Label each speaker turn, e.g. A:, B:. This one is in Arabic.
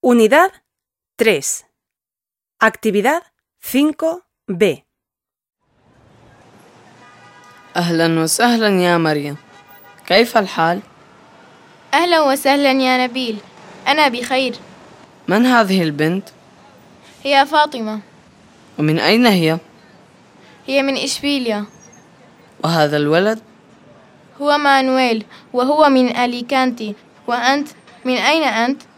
A: Unidad 3. Actividad 5B.
B: أهلا وسهلا يا مريم كيف الحال؟
C: أهلا وسهلا يا نبيل أنا بخير
B: من هذه البنت؟
C: هي فاطمة
B: ومن أين هي؟
C: هي من إشبيليا
B: وهذا الولد؟
C: هو مانويل وهو من أليكانتي وأنت من أين أنت؟